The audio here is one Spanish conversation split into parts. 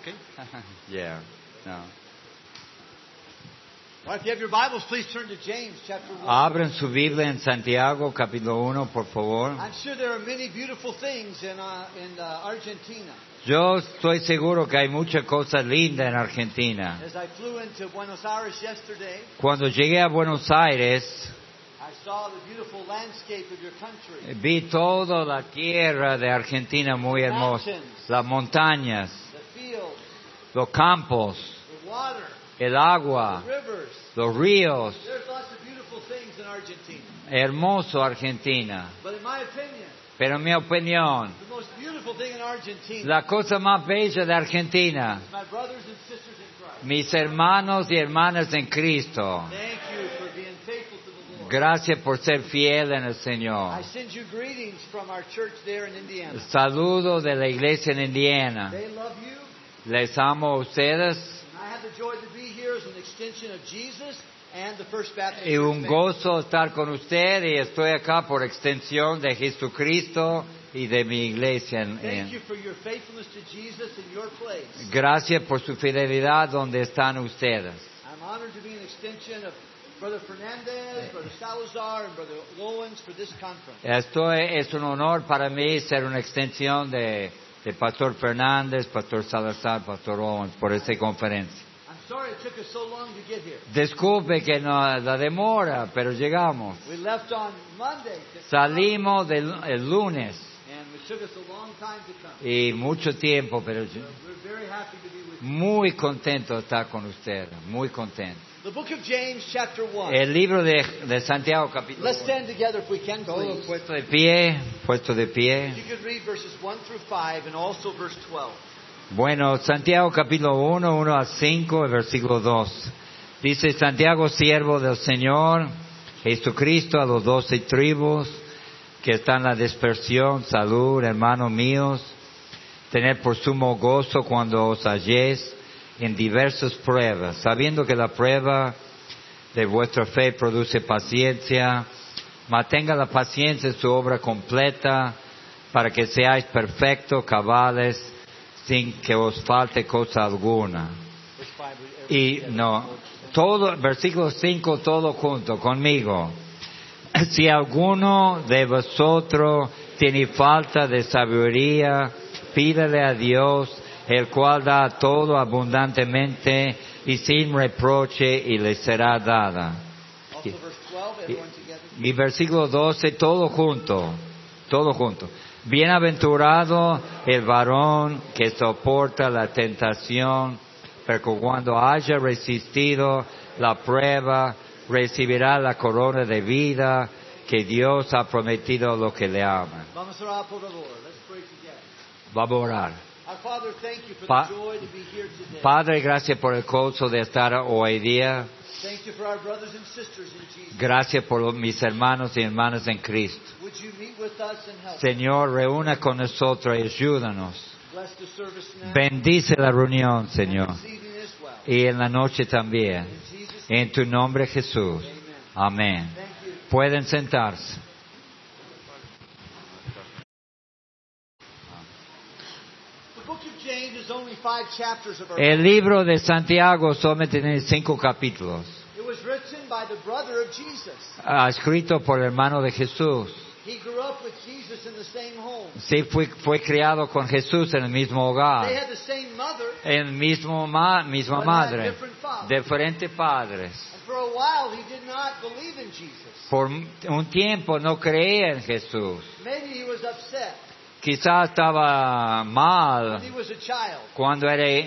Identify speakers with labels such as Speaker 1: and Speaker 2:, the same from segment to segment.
Speaker 1: Okay?
Speaker 2: Yeah.
Speaker 1: no. Well, if you have your Bibles, please turn to James chapter 1.
Speaker 2: Abran su Biblia en Santiago, capítulo 1, por favor.
Speaker 1: I'm sure there are many beautiful things in, uh, in uh, Argentina.
Speaker 2: Yo estoy seguro que hay muchas cosas lindas en Argentina.
Speaker 1: As I flew into Buenos Aires yesterday,
Speaker 2: Cuando llegué a Buenos Aires,
Speaker 1: I saw the beautiful landscape of your country,
Speaker 2: vi toda la tierra de Argentina muy hermosa. Las montañas,
Speaker 1: the fields,
Speaker 2: los campos,
Speaker 1: the water,
Speaker 2: el
Speaker 1: the
Speaker 2: agua,
Speaker 1: rivers.
Speaker 2: los ríos.
Speaker 1: There's lots of beautiful things in Argentina.
Speaker 2: Hermoso Argentina.
Speaker 1: But in my opinion,
Speaker 2: Pero en mi opinión,
Speaker 1: the most beautiful thing in Argentina
Speaker 2: la cosa más bella de Argentina,
Speaker 1: is my brothers and sisters in Christ.
Speaker 2: mis hermanos y hermanas en Cristo.
Speaker 1: Thank you for being faithful to the Lord.
Speaker 2: Gracias por ser fiel en el Señor.
Speaker 1: I send you greetings from our church there in Indiana.
Speaker 2: Saludo de la iglesia en Indiana.
Speaker 1: They love you,
Speaker 2: Les amo a ustedes
Speaker 1: and I have the joy to be here as an extension of Jesus and the First Baptist.
Speaker 2: y un
Speaker 1: Church
Speaker 2: gozo estar con ustedes y estoy acá por extensión de Jesucristo y de mi iglesia. en-
Speaker 1: family. Thank you
Speaker 2: en-
Speaker 1: for your faithfulness to Jesus in your place.
Speaker 2: Gracias por su fidelidad donde están ustedes.
Speaker 1: I'm honored to be an extension of Brother Fernandez, Brother Salazar, and Brother Lowens for this conference.
Speaker 2: Esto es un honor para mí ser una extensión de, de Pastor Fernández, Pastor Salazar, Pastor Owens por esta conferencia.
Speaker 1: I'm sorry it took us so long to get here.
Speaker 2: Disculpe que no, la demora, pero llegamos.
Speaker 1: We left on Monday, to
Speaker 2: Salimos del el lunes
Speaker 1: and it took us a long time to come.
Speaker 2: y mucho tiempo, pero yo-
Speaker 1: We're very happy to be with you.
Speaker 2: muy contento de estar con ustedes, muy contento.
Speaker 1: The book of James, chapter 1.
Speaker 2: El libro de, de Santiago capítulo
Speaker 1: Let's
Speaker 2: 1.
Speaker 1: stand together if we can,
Speaker 2: Todo
Speaker 1: please.
Speaker 2: puesto de pie, puesto de
Speaker 1: You
Speaker 2: pie.
Speaker 1: could read verses 1 through 5 and also verse 12.
Speaker 2: Bueno, Santiago capítulo 1, 1 a 5, el versículo 2. Dice Santiago, siervo del Señor, Jesucristo, a los doce tribus que están en la dispersión, salud, hermanos míos, tener por sumo gozo cuando os halléis en diversas pruebas, sabiendo que la prueba de vuestra fe produce paciencia, mantenga la paciencia en su obra completa, para que seáis perfectos, cabales, sin que os falte cosa alguna.
Speaker 1: Verse 5. we-
Speaker 2: Y no, todo, versículo 5, todo junto, conmigo. Si alguno de vosotros tiene falta de sabiduría, pídale a Dios, el cual da a todo abundantemente y sin reproche y le será dada.
Speaker 1: Also verse 12, everyone together.
Speaker 2: Y versículo 12, todo junto, todo junto. Bienaventurado el varón que soporta la tentación, porque cuando haya resistido la prueba, recibirá la corona de vida que Dios ha prometido a los que le aman.
Speaker 1: Vamos a orar por el Lord. Let's pray together.
Speaker 2: Vamos a orar.
Speaker 1: Our Father, thank you for
Speaker 2: Pa-
Speaker 1: the joy to be here today.
Speaker 2: Padre, gracias por el gozo de estar hoy día.
Speaker 1: Thank you for our brothers and sisters in Jesus.
Speaker 2: Gracias por los- mis hermanos y hermanas en Cristo.
Speaker 1: Would you meet with us and help? us?
Speaker 2: Señor, reúna con nosotros y ayúdanos.
Speaker 1: Bless the service now.
Speaker 2: Bendice la reunión, Señor,
Speaker 1: And this evening as well.
Speaker 2: y en la noche también.
Speaker 1: In Jesus' name,
Speaker 2: En tu nombre, Jesús.
Speaker 1: amen.
Speaker 2: Amén.
Speaker 1: Thank you.
Speaker 2: Pueden sentarse.
Speaker 1: The book of James is only five chapters of our
Speaker 2: El libro de Santiago solo tiene cinco capítulos,
Speaker 1: It was written by the brother of Jesus.
Speaker 2: ah, escrito por el hermano de Jesús.
Speaker 1: He grew up with Jesus in the same home.
Speaker 2: Sí, fue, fue criado con Jesús en el mismo
Speaker 1: They
Speaker 2: hogar,
Speaker 1: had the same mother,
Speaker 2: en el mismo ma- misma
Speaker 1: but had
Speaker 2: madre,
Speaker 1: different father.
Speaker 2: diferentes padres.
Speaker 1: And for a while, he did not believe in Jesus.
Speaker 2: Por un tiempo no creía en Jesús.
Speaker 1: Maybe he was upset
Speaker 2: Quizás estaba
Speaker 1: when he
Speaker 2: mal
Speaker 1: was a child.
Speaker 2: cuando era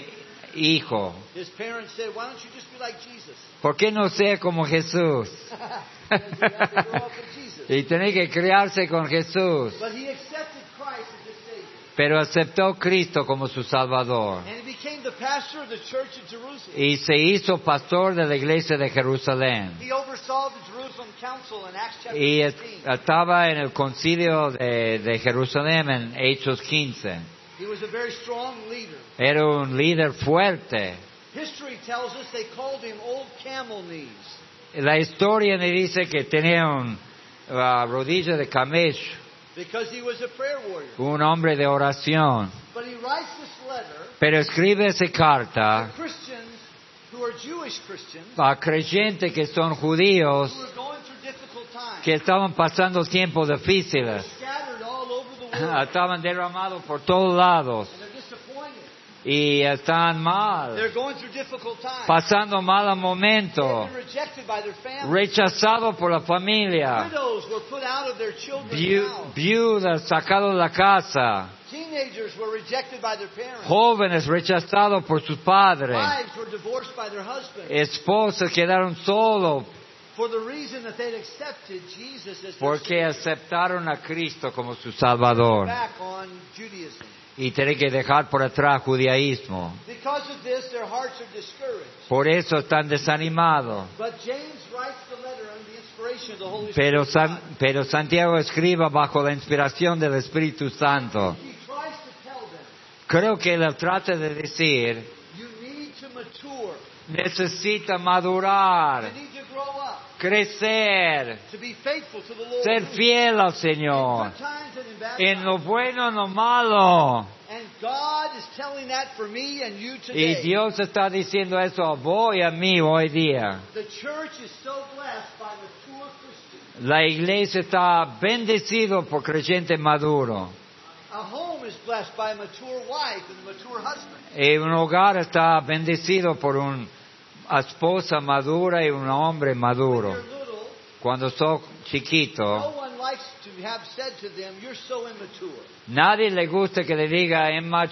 Speaker 2: hijo,
Speaker 1: His parents said, "Why don't you just be like Jesus?"
Speaker 2: ¿Por qué no sea como Jesús?
Speaker 1: Because you have to grow up with Jesus.
Speaker 2: Y tener que criarse con Jesús.
Speaker 1: But he accepted Christ as his Savior,
Speaker 2: Pero aceptó a Cristo como su Salvador.
Speaker 1: and he became the pastor of the church in Jerusalem.
Speaker 2: Y se hizo pastor de la iglesia de Jerusalén.
Speaker 1: He oversaw the Jerusalem council in Acts chapter
Speaker 2: Y es-
Speaker 1: 15.
Speaker 2: estaba en el concilio de, de Jerusalén en Hechos 15.
Speaker 1: He was a very strong leader.
Speaker 2: Era un líder fuerte.
Speaker 1: History tells us they called him Old Camel Knees.
Speaker 2: La historia me dice que tenía un, la rodilla de camello.
Speaker 1: because he was a prayer warrior.
Speaker 2: un hombre de oración,
Speaker 1: But he writes this letter
Speaker 2: pero escribe esa
Speaker 1: to
Speaker 2: carta
Speaker 1: Christians who are Jewish Christians
Speaker 2: a creyentes que son
Speaker 1: who
Speaker 2: judíos
Speaker 1: are going through difficult times.
Speaker 2: que estaban pasando tiempos
Speaker 1: They're
Speaker 2: difíciles,
Speaker 1: scattered all over the world
Speaker 2: estaban derramados por todos lados
Speaker 1: and they're disappointed.
Speaker 2: y están mal,
Speaker 1: They're going through difficult times.
Speaker 2: pasando mal
Speaker 1: They've
Speaker 2: momento,
Speaker 1: been rejected by their family.
Speaker 2: rechazados por la familia,
Speaker 1: Widows were put out of their children's
Speaker 2: viu-
Speaker 1: house.
Speaker 2: viudas sacados de la casa,
Speaker 1: Teenagers were rejected by their parents.
Speaker 2: jóvenes rechazados por sus padres,
Speaker 1: Wives were divorced by their
Speaker 2: Eh.
Speaker 1: husbands
Speaker 2: esposas quedaron solos
Speaker 1: for the reason that they'd accepted Jesus as their
Speaker 2: porque
Speaker 1: Savior.
Speaker 2: aceptaron a Cristo como su Salvador
Speaker 1: back on Judaism.
Speaker 2: y tienen que dejar por atrás judaísmo.
Speaker 1: Because of this, their hearts are discouraged.
Speaker 2: Por eso están desanimados.
Speaker 1: But James writes the letter under the inspiration of the Holy Spirit.
Speaker 2: Pero,
Speaker 1: of
Speaker 2: San- pero Santiago escriba bajo la inspiración del Espíritu Santo.
Speaker 1: God. He tries to tell them,
Speaker 2: Creo que él trata de decir,
Speaker 1: you need to mature.
Speaker 2: necesita
Speaker 1: You
Speaker 2: madurar,
Speaker 1: need to grow up.
Speaker 2: crecer,
Speaker 1: To be faithful to the Lord.
Speaker 2: ser fiel al Señor,
Speaker 1: In good times and in bad
Speaker 2: en lo
Speaker 1: times.
Speaker 2: bueno, en lo malo.
Speaker 1: And God is telling that for me and you
Speaker 2: Y
Speaker 1: today.
Speaker 2: Dios está diciendo eso a vos y a mí hoy día.
Speaker 1: The church is so blessed by mature Christians.
Speaker 2: La iglesia está bendecida por creyentes maduros.
Speaker 1: A home is blessed by a mature wife and a mature husband.
Speaker 2: Y un hogar está bendecido por una esposa madura y un hombre
Speaker 1: When
Speaker 2: maduro.
Speaker 1: you're little,
Speaker 2: Cuando
Speaker 1: no
Speaker 2: sos chiquito,
Speaker 1: one likes to have said to them, you're so immature.
Speaker 2: nadie le gusta que le diga, es mach-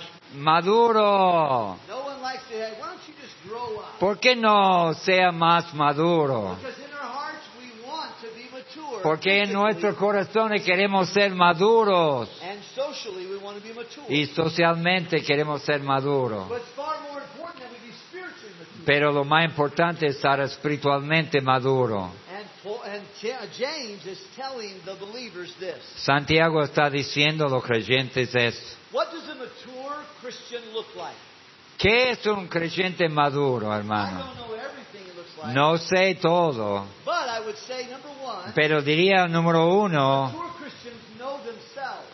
Speaker 2: maduro.
Speaker 1: No one likes to have, why don't you just grow up?
Speaker 2: ¿Por qué no sea más maduro?
Speaker 1: Because in our hearts we want to be mature.
Speaker 2: Porque en
Speaker 1: physically,
Speaker 2: nuestros corazones queremos ser maduros
Speaker 1: And socially we want to be mature.
Speaker 2: y socialmente queremos ser maduros.
Speaker 1: But it's far more important that we be spiritually mature.
Speaker 2: Pero lo más importante es estar espiritualmente maduro.
Speaker 1: And, Paul, and Ja- James is telling the believers this.
Speaker 2: Santiago está diciendo a los creyentes es,
Speaker 1: What does a mature Christian look like?
Speaker 2: ¿qué es un creyente maduro,
Speaker 1: I
Speaker 2: hermano?
Speaker 1: don't know everything it looks like.
Speaker 2: No sé todo,
Speaker 1: But I would say, number one,
Speaker 2: pero diría número uno,
Speaker 1: mature Christians know themselves.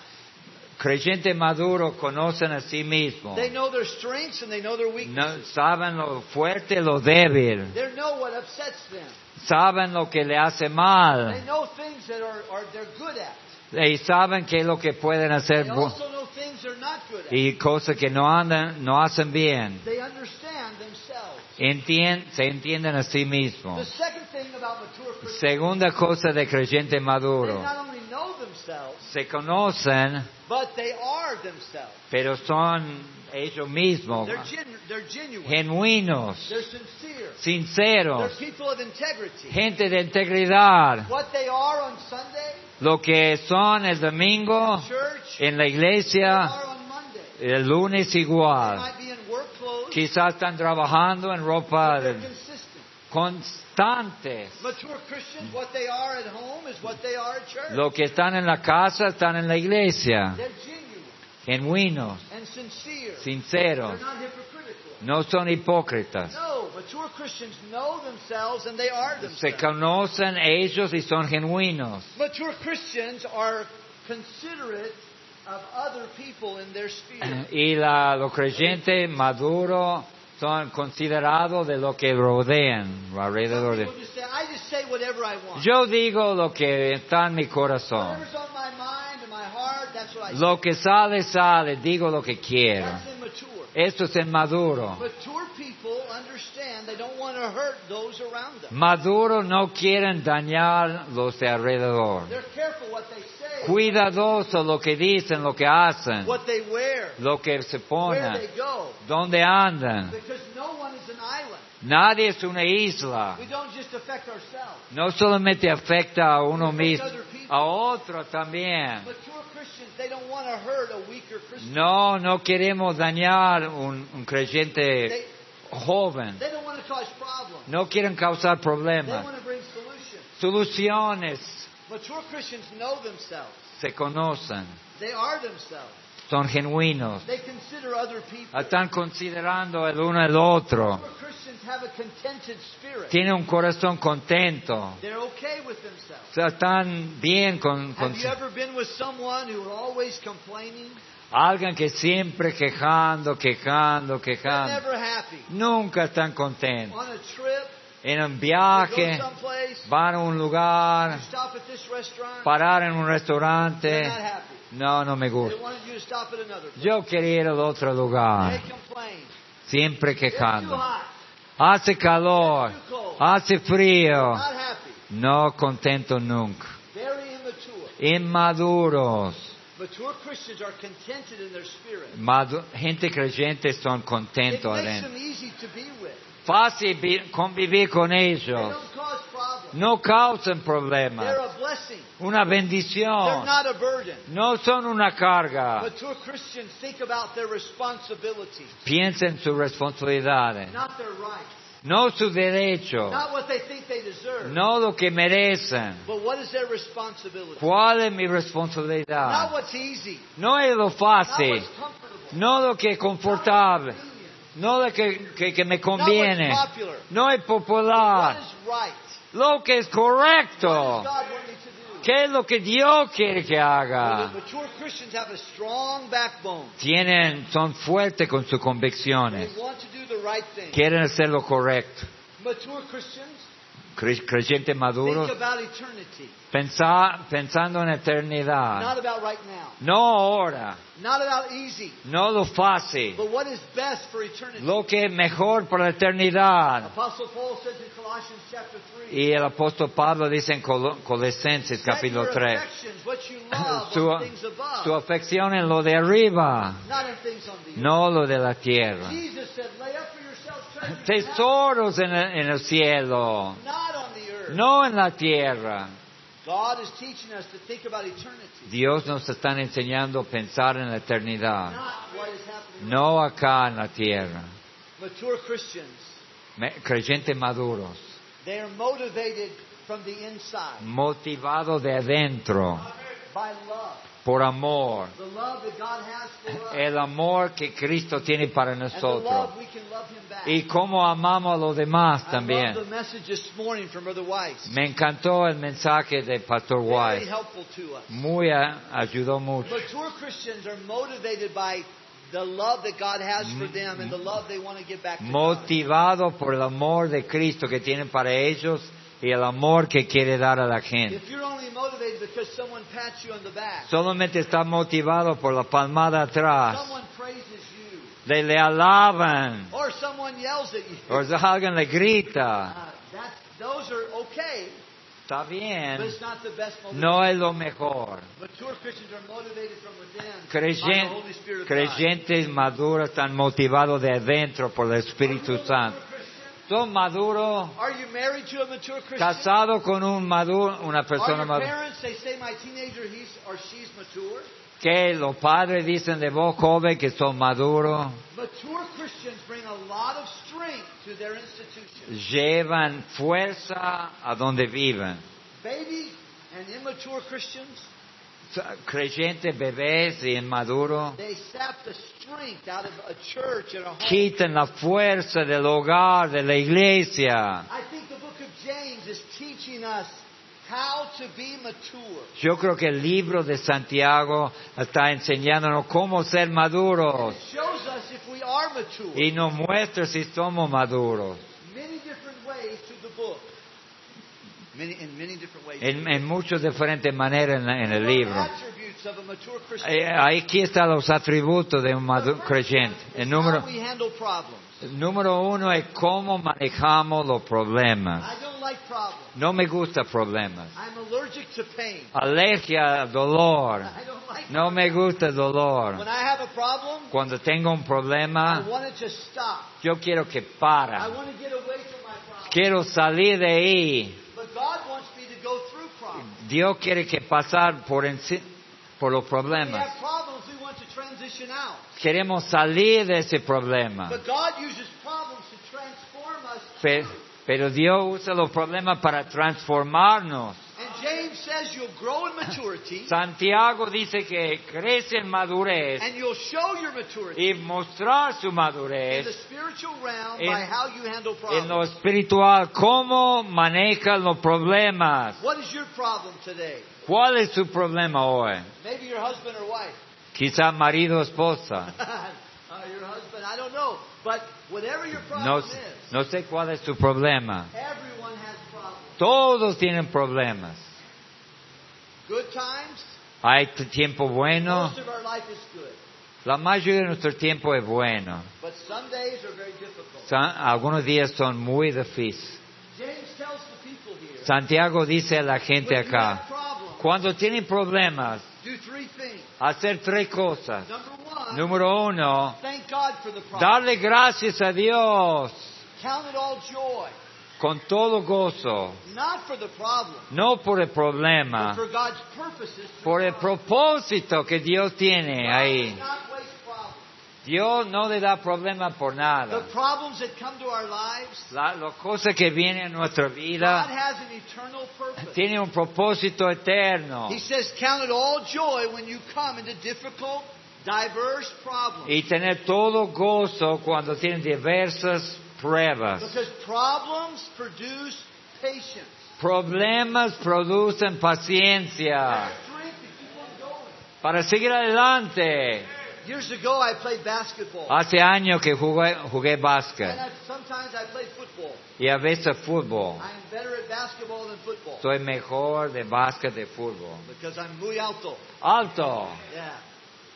Speaker 2: creyentes maduros conocen a sí mismos,
Speaker 1: They know their strengths and they know their weaknesses.
Speaker 2: No- saben lo fuerte y lo débil,
Speaker 1: They know what upsets them.
Speaker 2: saben lo que le hace
Speaker 1: They
Speaker 2: mal
Speaker 1: know things that are, are they're good at.
Speaker 2: y saben qué es lo que pueden hacer
Speaker 1: They
Speaker 2: bu-
Speaker 1: also know things they're not good at.
Speaker 2: y cosas que no andan, no hacen bien.
Speaker 1: They understand themselves.
Speaker 2: Entien- se entienden a sí
Speaker 1: The
Speaker 2: mismos.
Speaker 1: second thing about mature Christians,
Speaker 2: Segunda cosa de creyente
Speaker 1: they
Speaker 2: maduro.
Speaker 1: not only know themselves,
Speaker 2: se conocen,
Speaker 1: but they are themselves.
Speaker 2: pero son ellos mismos,
Speaker 1: They're, gen- they're genuine.
Speaker 2: genuinos,
Speaker 1: They're sincere. They're
Speaker 2: sinceros,
Speaker 1: people of integrity.
Speaker 2: gente de integridad.
Speaker 1: What they are on Sunday,
Speaker 2: Lo que son el domingo
Speaker 1: church,
Speaker 2: en la
Speaker 1: they
Speaker 2: iglesia,
Speaker 1: are on Monday.
Speaker 2: el lunes
Speaker 1: They
Speaker 2: igual.
Speaker 1: might be in work clothes,
Speaker 2: Quizás están trabajando en ropa
Speaker 1: but they're
Speaker 2: de-
Speaker 1: consistent.
Speaker 2: constante.
Speaker 1: Mature Christians, what they are at home is what they are at church.
Speaker 2: Lo que están en la casa están en la iglesia,
Speaker 1: They're genuine
Speaker 2: genuinos,
Speaker 1: and sincere. They're
Speaker 2: sinceros,
Speaker 1: not hypocritical.
Speaker 2: no son hipócritas.
Speaker 1: No, mature Christians know themselves and they are
Speaker 2: Se
Speaker 1: themselves.
Speaker 2: conocen ellos y son genuinos.
Speaker 1: Mature Christians are considerate of other people in their sphere.
Speaker 2: y la- los creyentes maduros son considerados de lo que rodean eh, alrededor
Speaker 1: Some
Speaker 2: de
Speaker 1: people just say, I just say whatever I want.
Speaker 2: yo digo lo que está en mi corazón
Speaker 1: Whatever's on my mind and my heart, that's what I say.
Speaker 2: lo que sale sale digo lo que quiero
Speaker 1: That's immature.
Speaker 2: esto es el maduro
Speaker 1: Mature people understand they don't want to hurt those around them.
Speaker 2: maduros no quieren dañar los de alrededor
Speaker 1: They're careful what they say,
Speaker 2: cuidadosos lo que dicen lo que hacen
Speaker 1: what they wear,
Speaker 2: lo que
Speaker 1: where
Speaker 2: se
Speaker 1: they
Speaker 2: ponen
Speaker 1: go,
Speaker 2: dónde andan
Speaker 1: because no one is an island.
Speaker 2: nadie es una isla
Speaker 1: We don't just affect ourselves.
Speaker 2: no solamente afecta a uno mismo,
Speaker 1: Other people.
Speaker 2: a otro también.
Speaker 1: Mature Christians, they don't want to hurt a weaker Christian.
Speaker 2: No, no queremos dañar un, un creyente
Speaker 1: They,
Speaker 2: joven.
Speaker 1: they don't want to cause problems.
Speaker 2: No quieren causar
Speaker 1: They
Speaker 2: problemas.
Speaker 1: want to bring solutions.
Speaker 2: Soluciones
Speaker 1: Mature Christians know themselves.
Speaker 2: se conocen,
Speaker 1: They are themselves.
Speaker 2: son genuinos.
Speaker 1: They consider other people.
Speaker 2: Están considerando el uno el otro.
Speaker 1: Mature Christians have a contented spirit.
Speaker 2: tienen un corazón contento,
Speaker 1: They're okay with themselves.
Speaker 2: o sea, están bien con, con
Speaker 1: Have you ever been with someone who are always complaining?
Speaker 2: alguien que siempre quejando, quejando,
Speaker 1: They're
Speaker 2: quejando.
Speaker 1: never happy.
Speaker 2: Nunca están contentos.
Speaker 1: On a trip,
Speaker 2: En un
Speaker 1: you go
Speaker 2: viaje,
Speaker 1: someplace,
Speaker 2: van a un
Speaker 1: you
Speaker 2: lugar,
Speaker 1: stop at this restaurant,
Speaker 2: parar en un
Speaker 1: they're
Speaker 2: restaurante.
Speaker 1: not happy.
Speaker 2: No, no me
Speaker 1: They
Speaker 2: gusta.
Speaker 1: wanted you to stop at another place.
Speaker 2: Yo quería ir a otro
Speaker 1: They
Speaker 2: lugar,
Speaker 1: complain.
Speaker 2: siempre
Speaker 1: It's too
Speaker 2: quejando.
Speaker 1: hot.
Speaker 2: Hace calor, hace frío,
Speaker 1: Not happy.
Speaker 2: no contento nunca.
Speaker 1: Very immature.
Speaker 2: Inmaduros,
Speaker 1: Mature Christians are contented in their spirit.
Speaker 2: Madu- gente creyente
Speaker 1: It
Speaker 2: son
Speaker 1: makes
Speaker 2: contentos Mm, adentro.
Speaker 1: them easy to be with.
Speaker 2: Fácil vi- convivir con
Speaker 1: They
Speaker 2: ellos,
Speaker 1: don't cause problems.
Speaker 2: no causan
Speaker 1: They're
Speaker 2: problemas,
Speaker 1: a blessing.
Speaker 2: una
Speaker 1: They're
Speaker 2: bendición,
Speaker 1: not a burden.
Speaker 2: no son una carga.
Speaker 1: Mature Christians think about their responsibility,
Speaker 2: Piensa en sus responsabilidades,
Speaker 1: not their rights,
Speaker 2: no sus derechos,
Speaker 1: not what they think they deserve,
Speaker 2: Oh. no lo que merecen.
Speaker 1: but what is their responsibility.
Speaker 2: ¿Cuál es mi
Speaker 1: Not
Speaker 2: responsabilidad?
Speaker 1: what's easy,
Speaker 2: No es lo
Speaker 1: not
Speaker 2: fácil,
Speaker 1: what's comfortable,
Speaker 2: no lo que es
Speaker 1: not
Speaker 2: confortable,
Speaker 1: what's convenient,
Speaker 2: no lo que, que- que me
Speaker 1: not
Speaker 2: conviene,
Speaker 1: what's popular.
Speaker 2: no es
Speaker 1: What
Speaker 2: popular,
Speaker 1: is right?
Speaker 2: lo que es
Speaker 1: What does
Speaker 2: correcto,
Speaker 1: God want me to do?
Speaker 2: qué es lo que Dios quiere que
Speaker 1: Well,
Speaker 2: haga.
Speaker 1: the mature Christians have a strong backbone.
Speaker 2: Tienen, son fuertes con
Speaker 1: They
Speaker 2: sus convicciones,
Speaker 1: want to do the right thing.
Speaker 2: quieren hacer lo correcto.
Speaker 1: Mature Christians
Speaker 2: Cre- Creyentes maduros,
Speaker 1: think about eternity,
Speaker 2: Ah. pensa- pensando en eternidad,
Speaker 1: not about right now,
Speaker 2: no ahora,
Speaker 1: not about easy,
Speaker 2: no lo fácil,
Speaker 1: but what is best for eternity.
Speaker 2: lo que es mejor para la eternidad.
Speaker 1: Apostle Paul says in Colossians chapter 3,
Speaker 2: Y el apóstol Pablo dice en Colo- Colosenses
Speaker 1: "Set your
Speaker 2: capítulo 3,
Speaker 1: affections, what you love,
Speaker 2: Su-
Speaker 1: on things above,
Speaker 2: su afección en lo de arriba,
Speaker 1: not in things on the
Speaker 2: no lo de la tierra.
Speaker 1: earth. Jesus said, lay up for yourselves treasures in heaven,
Speaker 2: Tesoros en el, en el cielo,
Speaker 1: not on the earth.
Speaker 2: no en la tierra.
Speaker 1: God is teaching us to think about eternity,
Speaker 2: Dios nos está enseñando a pensar en la eternidad,
Speaker 1: not what is happening.
Speaker 2: no acá en la tierra.
Speaker 1: Mature Christians,
Speaker 2: Me- Creyentes maduros,
Speaker 1: they are motivated from the inside
Speaker 2: motivados de adentro,
Speaker 1: by love,
Speaker 2: por amor,
Speaker 1: the love that God has for us,
Speaker 2: el amor que Cristo tiene para
Speaker 1: and the love
Speaker 2: nosotros.
Speaker 1: we can love Him back.
Speaker 2: Y cómo amamos a los demás
Speaker 1: I
Speaker 2: también.
Speaker 1: love the message this morning from Brother Weiss.
Speaker 2: Me encantó el mensaje de Pastor
Speaker 1: Very
Speaker 2: Wise.
Speaker 1: helpful to us.
Speaker 2: Muy a- ayudó mucho.
Speaker 1: Mature Christians are motivated by the love that God has
Speaker 2: Mm-hmm.
Speaker 1: for them and the love they want to give back to God.
Speaker 2: Motivado por el amor de Cristo que tienen para ellos y el amor que quiere dar a la gente.
Speaker 1: If you're only motivated because someone pats you on the back,
Speaker 2: Solamente está motivado por la palmada atrás.
Speaker 1: someone praises you,
Speaker 2: Le, le alaban.
Speaker 1: or someone yells at you,
Speaker 2: O sea, alguien le grita.
Speaker 1: uh, that, those are okay,
Speaker 2: Está bien.
Speaker 1: but it's not the best motivation.
Speaker 2: No es lo mejor.
Speaker 1: Mature Christians are motivated from within by the
Speaker 2: Creyen-
Speaker 1: Holy Spirit of God.
Speaker 2: creyentes maduros están motivados de adentro por el Espíritu Santo. Son maduros
Speaker 1: Are you married to a mature Christian?
Speaker 2: casado con un maduro, una
Speaker 1: Are
Speaker 2: persona
Speaker 1: your
Speaker 2: madura.
Speaker 1: parents, they say my teenager, he's or she's mature?
Speaker 2: Que los padres dicen de vos, joven, que son maduros,
Speaker 1: Mature Christians bring a lot of strength to their institution.
Speaker 2: llevan fuerza a donde viven.
Speaker 1: Babies and immature Christians,
Speaker 2: Creyentes, bebés y inmaduros
Speaker 1: they sap the strength out of a church and a home.
Speaker 2: quitan la fuerza del hogar, de la iglesia.
Speaker 1: I think the book of James is teaching us how to be mature.
Speaker 2: Yo creo que el libro de Santiago está enseñándonos cómo ser maduros
Speaker 1: It shows us if we are mature.
Speaker 2: y nos muestra si somos maduros
Speaker 1: Many different ways to the book. Many, in many different ways.
Speaker 2: en, en muchas diferentes maneras en, en
Speaker 1: What are
Speaker 2: el
Speaker 1: the
Speaker 2: libro.
Speaker 1: attributes of a mature Christian.
Speaker 2: Eh, Aquí están los atributos de un
Speaker 1: The
Speaker 2: madu-
Speaker 1: first
Speaker 2: creyente.
Speaker 1: one is
Speaker 2: El número,
Speaker 1: How we handle problems.
Speaker 2: el número uno es cómo manejamos los problemas.
Speaker 1: I don't like problems.
Speaker 2: No me gusta problemas.
Speaker 1: I'm allergic to pain.
Speaker 2: Alergia al dolor.
Speaker 1: I don't like
Speaker 2: No me gusta el dolor.
Speaker 1: When I have a problem,
Speaker 2: Cuando tengo un
Speaker 1: I
Speaker 2: problema,
Speaker 1: want it to stop.
Speaker 2: yo quiero que
Speaker 1: I
Speaker 2: para.
Speaker 1: want to get away from my problem.
Speaker 2: Quiero salir de ahí.
Speaker 1: But God wants me to go through problems.
Speaker 2: Dios quiere que pasar por, enci- por los
Speaker 1: When we
Speaker 2: problemas.
Speaker 1: have problems, we want to transition out.
Speaker 2: Queremos salir de ese problema.
Speaker 1: But God uses problems to transform us.
Speaker 2: Pe- Pero Dios usa los problemas para transformarnos.
Speaker 1: And James says you'll grow in maturity
Speaker 2: Santiago dice que crece en madurez
Speaker 1: and you'll show your maturity
Speaker 2: y mostrar su
Speaker 1: in the
Speaker 2: madurez
Speaker 1: spiritual realm
Speaker 2: en-
Speaker 1: by how you handle
Speaker 2: en lo
Speaker 1: problems.
Speaker 2: espiritual. ¿Cómo manejas los problemas?
Speaker 1: What is your problem today?
Speaker 2: ¿Cuál es su problema hoy?
Speaker 1: Maybe your husband or wife.
Speaker 2: Quizá marido o esposa.
Speaker 1: uh, your husband, I don't know. But whatever your
Speaker 2: No,
Speaker 1: problem
Speaker 2: s-
Speaker 1: is,
Speaker 2: no sé cuál es su problema.
Speaker 1: everyone has problems.
Speaker 2: Todos tienen problemas.
Speaker 1: Good times,
Speaker 2: Hay t- tiempo bueno.
Speaker 1: most of our life is good.
Speaker 2: La mayoría de nuestro tiempo es bueno.
Speaker 1: But some days are very difficult.
Speaker 2: Sa- Algunos días son muy difíciles.
Speaker 1: James tells the people here,
Speaker 2: Santiago dice a la gente
Speaker 1: when you have
Speaker 2: acá,
Speaker 1: problems,
Speaker 2: cuando tienen problemas,
Speaker 1: do three things.
Speaker 2: hacer tres cosas.
Speaker 1: Number one,
Speaker 2: Número uno,
Speaker 1: thank God for the problem.
Speaker 2: darle gracias a Dios
Speaker 1: Count it all joy,
Speaker 2: con todo gozo,
Speaker 1: not for the problem,
Speaker 2: no por el
Speaker 1: but
Speaker 2: problema,
Speaker 1: for God's purposes. through
Speaker 2: por el
Speaker 1: problems.
Speaker 2: propósito que Dios tiene
Speaker 1: God does
Speaker 2: ahí.
Speaker 1: not waste problems.
Speaker 2: Dios no le da problema por nada.
Speaker 1: The problems that come to our lives,
Speaker 2: La- las cosas que vienen a nuestra
Speaker 1: God
Speaker 2: vida
Speaker 1: has an eternal purpose.
Speaker 2: tienen un propósito eterno.
Speaker 1: He says, count it all joy when you come into difficult, diverse problems.
Speaker 2: Y tener todo gozo cuando tienen diversas pruebas.
Speaker 1: Because problems produce patience.
Speaker 2: Problemas producen paciencia
Speaker 1: Strength to keep on going.
Speaker 2: para seguir adelante.
Speaker 1: Years ago, I played basketball.
Speaker 2: Hace años que jugué, jugué
Speaker 1: and
Speaker 2: básquet
Speaker 1: I, sometimes I play football.
Speaker 2: y a veces fútbol.
Speaker 1: I'm better at basketball than football.
Speaker 2: Soy mejor de básquet de fútbol.
Speaker 1: because I'm muy alto.
Speaker 2: Alto,
Speaker 1: Yeah.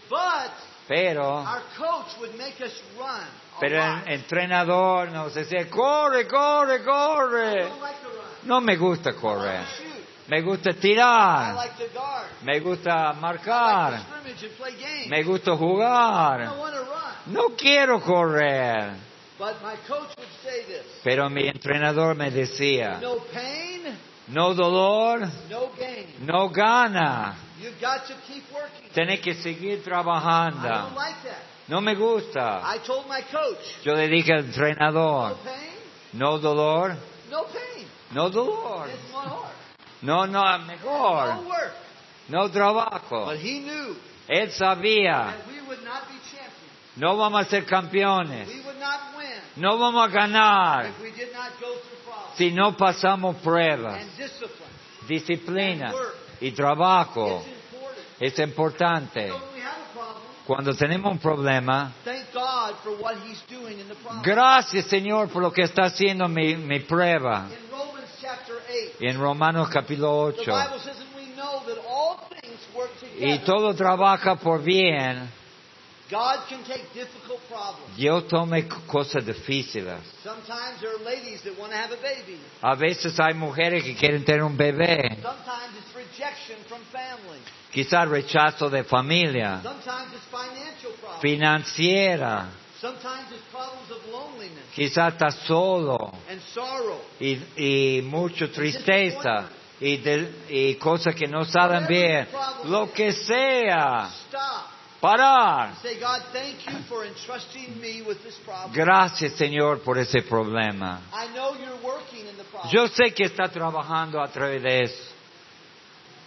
Speaker 1: But
Speaker 2: pero,
Speaker 1: our coach would make us run. A
Speaker 2: pero
Speaker 1: lot.
Speaker 2: el entrenador nos decía, corre, corre,
Speaker 1: I
Speaker 2: corre.
Speaker 1: don't like to run.
Speaker 2: No me gusta
Speaker 1: I
Speaker 2: correr.
Speaker 1: like to shoot.
Speaker 2: Me gusta
Speaker 1: I
Speaker 2: tirar.
Speaker 1: like to guard.
Speaker 2: Me gusta
Speaker 1: I like to
Speaker 2: marcar.
Speaker 1: scrimmage and play games.
Speaker 2: Me gusta
Speaker 1: I don't
Speaker 2: jugar.
Speaker 1: want to run.
Speaker 2: No quiero correr.
Speaker 1: But my coach would say this.
Speaker 2: Pero mi entrenador me decía,
Speaker 1: No pain,
Speaker 2: no dolor,
Speaker 1: no gain.
Speaker 2: no gana.
Speaker 1: You've got to keep working.
Speaker 2: Tenés que seguir
Speaker 1: I don't
Speaker 2: trabajando.
Speaker 1: like that.
Speaker 2: No me gusta.
Speaker 1: I told my coach,
Speaker 2: Yo le dije al
Speaker 1: no
Speaker 2: entrenador,
Speaker 1: pain,
Speaker 2: no dolor,
Speaker 1: no pain.
Speaker 2: no dolor.
Speaker 1: It's not hard.
Speaker 2: No, no,
Speaker 1: No
Speaker 2: mejor.
Speaker 1: work.
Speaker 2: No trabajo.
Speaker 1: But he knew
Speaker 2: Él sabía,
Speaker 1: that we would not be champions.
Speaker 2: no vamos a ser campeones.
Speaker 1: We would not win
Speaker 2: No vamos a ganar.
Speaker 1: if we did not go through problems
Speaker 2: si no pasamos pruebas,
Speaker 1: and discipline.
Speaker 2: disciplina y trabajo.
Speaker 1: It's important.
Speaker 2: Es importante.
Speaker 1: So when we have a problem,
Speaker 2: Cuando tenemos un problema,
Speaker 1: thank God for what he's doing in the problem.
Speaker 2: gracias Señor por lo que está haciendo mi, mi prueba.
Speaker 1: In Romans chapter 8,
Speaker 2: En Romanos capítulo
Speaker 1: the
Speaker 2: 8.
Speaker 1: Bible says, and we know that all things work
Speaker 2: Y
Speaker 1: together.
Speaker 2: todo trabaja por bien.
Speaker 1: God can take difficult problems.
Speaker 2: Dios tome cosas difíciles.
Speaker 1: Sometimes there are ladies that want to have a baby.
Speaker 2: A veces hay mujeres que quieren tener un bebé.
Speaker 1: Sometimes it's rejection from family.
Speaker 2: Quizás rechazo de familia,
Speaker 1: Sometimes it's financial problems.
Speaker 2: financiera.
Speaker 1: Sometimes it's problems of loneliness
Speaker 2: Quizás está solo.
Speaker 1: and sorrow.
Speaker 2: y, y mucha tristeza y, de- y cosas que no salen bien, lo que sea,
Speaker 1: Stop.
Speaker 2: parar.
Speaker 1: Say, God, thank you for entrusting me with this problem.
Speaker 2: Gracias Señor por ese problema.
Speaker 1: I know you're working in the problem.
Speaker 2: Yo sé que está trabajando a través de eso.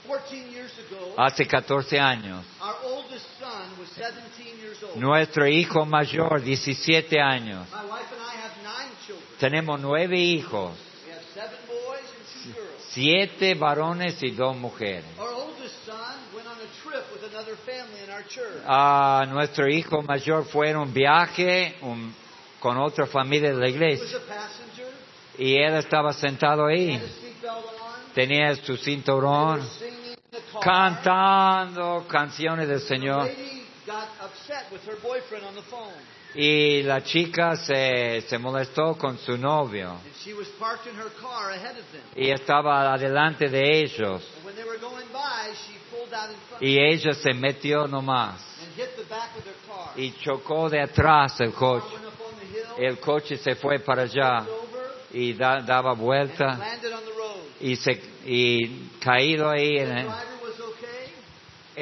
Speaker 1: 14 years ago,
Speaker 2: Hace 14 años,
Speaker 1: our oldest son was 17 years old.
Speaker 2: nuestro hijo mayor, 17 años,
Speaker 1: My wife and I have nine children.
Speaker 2: tenemos nueve hijos,
Speaker 1: We have seven boys and two girls.
Speaker 2: siete varones y dos mujeres.
Speaker 1: Our oldest son went on a trip with another family in our church.
Speaker 2: Ah, nuestro hijo mayor fue en un viaje un- con otra familia de la
Speaker 1: He
Speaker 2: iglesia.
Speaker 1: was a passenger,
Speaker 2: Y él estaba sentado ahí,
Speaker 1: had his seatbelt on,
Speaker 2: tenía su
Speaker 1: They
Speaker 2: cinturón,
Speaker 1: were singing in the car.
Speaker 2: cantando canciones del Señor.
Speaker 1: The lady got upset with her boyfriend on the phone,
Speaker 2: Y la chica se, se molestó con su novio
Speaker 1: and she was parked in her car ahead of them.
Speaker 2: y estaba adelante de ellos.
Speaker 1: And when they were going by, she pulled out in front
Speaker 2: Y ella se metió nomás
Speaker 1: and hit the back of their car.
Speaker 2: y chocó de atrás el
Speaker 1: The car
Speaker 2: coche.
Speaker 1: went up on the hill,
Speaker 2: El coche se fue para allá
Speaker 1: flipped over,
Speaker 2: y da- daba
Speaker 1: and
Speaker 2: vuelta
Speaker 1: landed on the road.
Speaker 2: y, se, y caído ahí.
Speaker 1: The
Speaker 2: en el,
Speaker 1: driver was okay.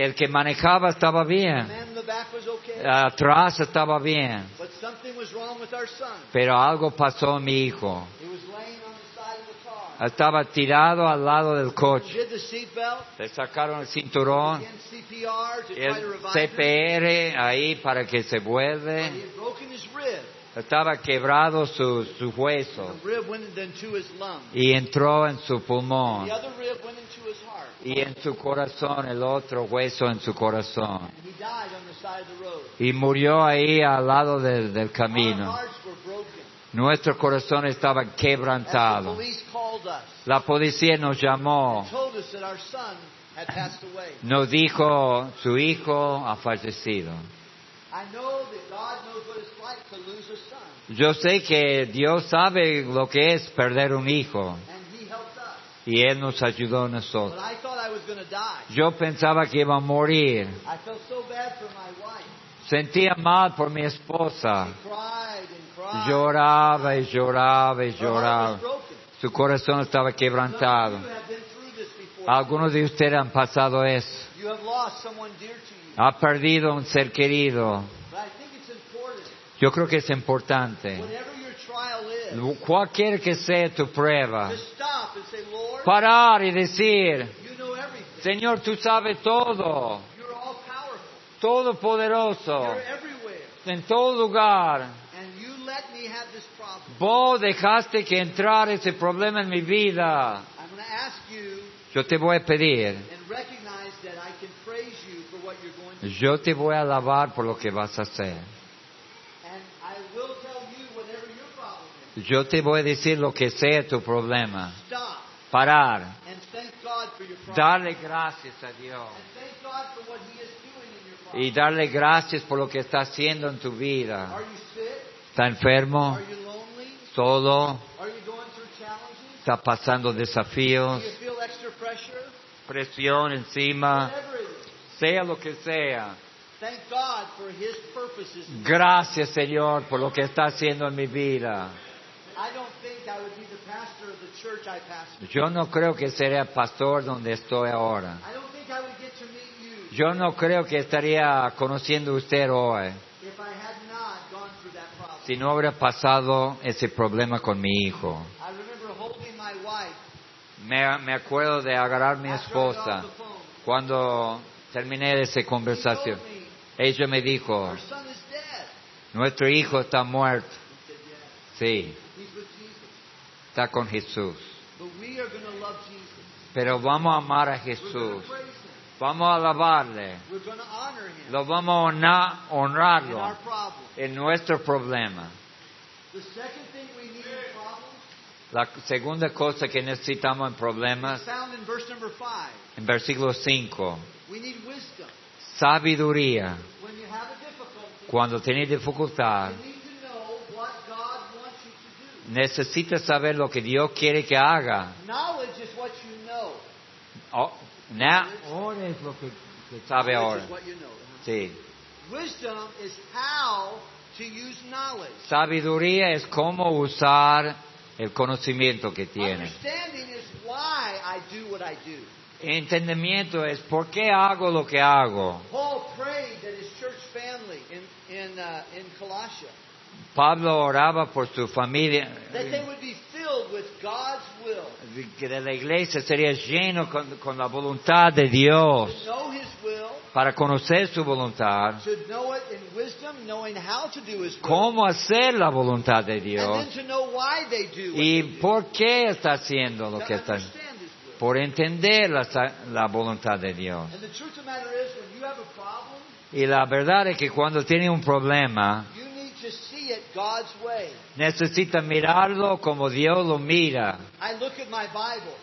Speaker 2: el que manejaba estaba
Speaker 1: The
Speaker 2: bien,
Speaker 1: man in the back was okay.
Speaker 2: Ah. atrás estaba bien.
Speaker 1: But something was wrong with our son.
Speaker 2: Pero algo pasó a mi hijo.
Speaker 1: He was laying on the side of the car.
Speaker 2: Estaba tirado al lado del
Speaker 1: He
Speaker 2: Ah, coche.
Speaker 1: did the seatbelt.
Speaker 2: Le sacaron el cinturón,
Speaker 1: Again, CPR to try to
Speaker 2: el
Speaker 1: revive him.
Speaker 2: CPR ahí para que se
Speaker 1: But he
Speaker 2: vuelve.
Speaker 1: had broken his rib.
Speaker 2: Estaba quebrado su, su hueso
Speaker 1: The rib went into his lung.
Speaker 2: y entró en su pulmón
Speaker 1: The other rib went into his heart.
Speaker 2: y en su corazón el otro hueso en su corazón.
Speaker 1: And he died on the side of the road.
Speaker 2: Y murió ahí al lado del, del
Speaker 1: Our
Speaker 2: camino.
Speaker 1: hearts were broken.
Speaker 2: Nuestro corazón estaba
Speaker 1: As the
Speaker 2: quebrantado.
Speaker 1: police called us
Speaker 2: La policía nos llamó,
Speaker 1: and told us that our son had passed away.
Speaker 2: nos dijo su hijo ha fallecido.
Speaker 1: I know that God knows what it's like to lose a son.
Speaker 2: Yo sé que Dios sabe lo que es perder un hijo
Speaker 1: And he helped us.
Speaker 2: y Él nos ayudó a
Speaker 1: But
Speaker 2: nosotros.
Speaker 1: I thought I was going to die.
Speaker 2: Yo pensaba que iba a morir.
Speaker 1: I felt so bad for my wife.
Speaker 2: Sentía mal por mi esposa.
Speaker 1: Cried and cried.
Speaker 2: Ah. Lloraba y lloraba
Speaker 1: Her heart
Speaker 2: y
Speaker 1: was
Speaker 2: lloraba.
Speaker 1: broken.
Speaker 2: Su corazón
Speaker 1: Some
Speaker 2: estaba
Speaker 1: of
Speaker 2: quebrantado.
Speaker 1: you have been through this before.
Speaker 2: Algunos de ustedes han pasado eso.
Speaker 1: You have lost someone dear to you.
Speaker 2: Ha perdido un ser querido.
Speaker 1: But I think it's important,
Speaker 2: Yo creo que es importante.
Speaker 1: whatever your trial is,
Speaker 2: Cualquier que sea tu prueba,
Speaker 1: to stop and say, Lord,
Speaker 2: parar y decir,
Speaker 1: you know everything.
Speaker 2: Señor, tú sabes todo,
Speaker 1: You're all powerful.
Speaker 2: todopoderoso,
Speaker 1: You're everywhere.
Speaker 2: en todo lugar.
Speaker 1: And you let me have this problem.
Speaker 2: Vos dejaste que entrara ese problema en mi vida.
Speaker 1: I'm going to ask you
Speaker 2: Yo te voy a pedir,
Speaker 1: and recognize that I can praise you for what you're going through.
Speaker 2: yo te voy a alabar por lo que vas a hacer.
Speaker 1: And I will tell you whatever your problem is.
Speaker 2: Yo te voy a decir lo que sea tu problema.
Speaker 1: Stop
Speaker 2: Parar,
Speaker 1: and thank God for your problem.
Speaker 2: darle gracias a Dios
Speaker 1: And thank God for what He is doing in your problem.
Speaker 2: y darle gracias por lo que está haciendo en tu vida.
Speaker 1: Are you sick?
Speaker 2: ¿Está enfermo?
Speaker 1: Are you lonely?
Speaker 2: ¿Solo?
Speaker 1: Are you going through challenges?
Speaker 2: está pasando
Speaker 1: Do
Speaker 2: desafíos,
Speaker 1: you feel extra pressure?
Speaker 2: presión encima,
Speaker 1: Whatever it is,
Speaker 2: sea lo que sea.
Speaker 1: thank God for His purposes.
Speaker 2: Gracias Señor por lo que está haciendo en mi vida.
Speaker 1: I don't think I would be the pastor of the church I pastor.
Speaker 2: Yo no creo que sería pastor donde estoy ahora.
Speaker 1: I don't think I would get to meet you
Speaker 2: Yo no creo que estaría conociendo a usted hoy
Speaker 1: if I had not gone through that problem.
Speaker 2: si no hubiera pasado ese problema con mi hijo.
Speaker 1: I remember holding my wife
Speaker 2: Me, me acuerdo de agarrar a mi
Speaker 1: after I got
Speaker 2: esposa
Speaker 1: off the phone.
Speaker 2: cuando terminé de esa
Speaker 1: She told
Speaker 2: conversación.
Speaker 1: me,
Speaker 2: Ella me dijo,
Speaker 1: Our son is dead.
Speaker 2: nuestro hijo está muerto.
Speaker 1: I said, Yes,
Speaker 2: Sí,
Speaker 1: he's with Jesus.
Speaker 2: está con Jesús.
Speaker 1: But we are going to love Jesus.
Speaker 2: Pero vamos a amar a
Speaker 1: We're going
Speaker 2: Jesús.
Speaker 1: to praise him.
Speaker 2: Vamos a alabarle.
Speaker 1: We're going to honor him
Speaker 2: Lo vamos a hona-
Speaker 1: in our
Speaker 2: honrarlo
Speaker 1: problem.
Speaker 2: en nuestro problema.
Speaker 1: The second thing we need in problems
Speaker 2: La segunda cosa que necesitamos en problemas,
Speaker 1: is found in verse number 5.
Speaker 2: en versículo 5,
Speaker 1: We need wisdom.
Speaker 2: sabiduría.
Speaker 1: When you have a difficulty,
Speaker 2: Cuando tienes dificultad,
Speaker 1: you need to know what God wants you to
Speaker 2: necesitas saber lo que Dios quiere que haga.
Speaker 1: do. Knowledge is what you know.
Speaker 2: Oh, na- ahora es lo que que sabe
Speaker 1: Knowledge
Speaker 2: ahora.
Speaker 1: is what you know.
Speaker 2: Sí.
Speaker 1: Wisdom is how to use knowledge.
Speaker 2: Sabiduría es cómo usar el conocimiento que tienes.
Speaker 1: Understanding is why I do what I do.
Speaker 2: Entendimiento es por qué hago lo que hago.
Speaker 1: Paul prayed that his church family in, in, uh, in Colossia,
Speaker 2: Pablo oraba por su familia,
Speaker 1: that they would be filled with God's will,
Speaker 2: que de la iglesia sería lleno con, con la voluntad de Dios,
Speaker 1: to know his will,
Speaker 2: para conocer su voluntad,
Speaker 1: to know it in wisdom, knowing how to do his will,
Speaker 2: cómo hacer la voluntad de
Speaker 1: and
Speaker 2: Dios
Speaker 1: then to know why they do what
Speaker 2: y
Speaker 1: they do,
Speaker 2: por qué está haciendo lo
Speaker 1: to
Speaker 2: que está,
Speaker 1: understand his will.
Speaker 2: por entender la, sa- la voluntad de Dios.
Speaker 1: And the truth of the matter is, when you have a problem,
Speaker 2: Y la verdad es que cuando tiene un problema,
Speaker 1: you need to see it God's way.
Speaker 2: necesita mirarlo como Dios lo mira.
Speaker 1: I look at my Bible.